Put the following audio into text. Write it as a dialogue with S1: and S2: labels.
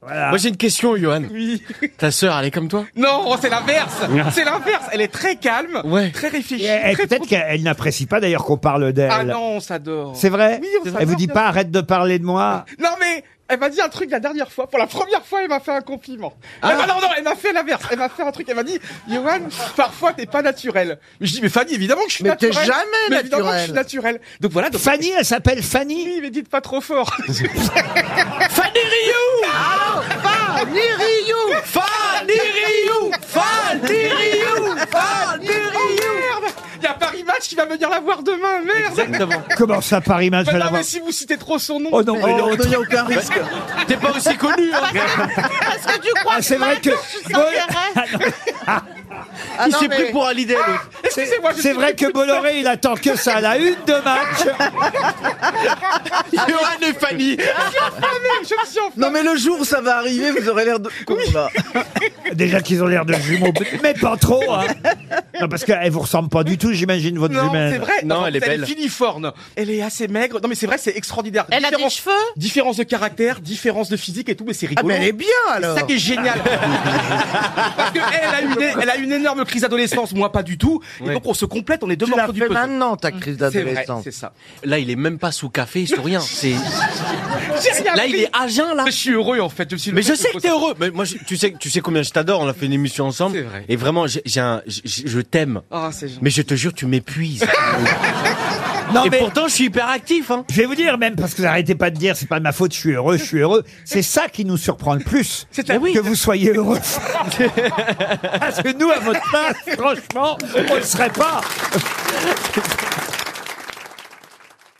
S1: Moi j'ai une question, Johan.
S2: Oui.
S1: Ta sœur, elle est comme toi
S2: Non, oh, c'est l'inverse. C'est l'inverse. Elle est très calme,
S1: Ouais.
S2: très réfléchie.
S3: Et elle-
S2: très
S3: Peut-être qu'elle n'apprécie pas d'ailleurs qu'on parle d'elle.
S2: Ah non, on s'adore.
S3: C'est vrai
S2: Oui, on
S3: Elle vous
S2: s'adore,
S3: dit
S2: bien
S3: pas arrête de parler de moi
S2: sûr. Non mais elle m'a dit un truc la dernière fois. Pour la première fois, elle m'a fait un compliment.
S4: Ah.
S2: Elle m'a- non non, elle m'a fait l'inverse. Elle m'a fait un truc. Elle m'a dit, Johan, parfois t'es pas naturel. Mais je dis, mais Fanny, évidemment que je suis
S4: Mais t'es
S2: naturel.
S4: jamais
S2: mais évidemment que je
S4: naturel.
S2: suis naturel. Donc voilà. Donc
S3: Fanny, elle s'appelle Fanny
S2: oui, mais dites pas trop fort.
S1: Fanny Rioux
S4: Fanny Rioux
S1: Fanny Rioux Fanny Rioux Fanny
S2: Oh, merde Il y a Paris Match qui va venir la voir demain. Merde.
S1: Exactement.
S3: Comment ça, Paris Match
S2: Mais
S3: va
S2: non,
S3: la voir
S2: mais si vous citez trop son nom.
S3: Oh non,
S4: Oh,
S3: mais non.
S4: non, il n'y a aucun risque.
S1: T'es pas aussi connu, hein
S5: Parce que tu crois
S3: Ah, c'est vrai que.
S4: Ah,
S1: Il
S4: non,
S1: s'est
S4: mais-
S1: pris pour un leader. l'autre.
S2: Excusez-moi. je
S3: C'est
S2: suis
S3: vrai que Bolloré, il attend que ça, la une de match.
S1: Johan et Fanny
S2: enflammé, Je me suis enflammé.
S4: Non, mais le jour où ça va arriver, vous aurez l'air de. con, là.
S3: Déjà qu'ils ont l'air de jumeaux, mais pas trop. hein. Non, parce qu'elle vous ressemble pas du tout, j'imagine, votre
S2: Non,
S3: jumelle.
S2: c'est vrai.
S1: Non,
S2: En
S1: elle
S2: fait,
S1: est belle.
S2: filiforme. Elle est assez maigre. Non, mais c'est vrai, c'est extraordinaire.
S5: Elle a des
S2: Différence-
S5: cheveux
S2: Différence de caractère, différence de physique et tout, mais c'est
S4: Ah,
S2: rigolo.
S4: mais elle est bien
S2: C'est
S4: alors
S2: ça qui est génial. Parce que eh, elle, elle a une, elle a une énorme crise d'adolescence, moi pas du tout. Et donc on se complète, on est deux
S4: Tu l'as
S2: morceaux du
S4: fait
S2: puzzle.
S4: maintenant, ta crise
S2: C'est vrai,
S4: d'adolescence.
S2: c'est ça.
S1: Là, il est même pas sous café, sous rien. C'est...
S2: J'ai rien
S1: Là, il
S2: pris.
S1: est à jeun, là
S2: Je suis heureux en fait. suis le
S1: Mais je
S2: mec
S1: sais
S2: qui
S1: que
S2: pose
S1: t'es
S2: ça.
S1: heureux. Mais moi, je- tu sais, tu sais combien je t'adore. On a fait une émission ensemble.
S2: C'est vrai.
S1: Et vraiment, j'ai, j'ai un, j'ai- je t'aime.
S2: Ah, c'est gentil.
S1: Mais je te jure, tu m'épuises.
S3: Non,
S1: Et
S3: Ah, mais
S1: pourtant, je suis hyper actif. Hein.
S3: je vais vous dire, même parce que vous arrêtez pas de dire, c'est pas de ma faute, je suis heureux, je suis heureux. C'est ça qui nous surprend le plus.
S2: C'est
S3: que
S2: à- oui.
S3: vous soyez heureux. parce que nous, à votre place, franchement, on ne le serait pas.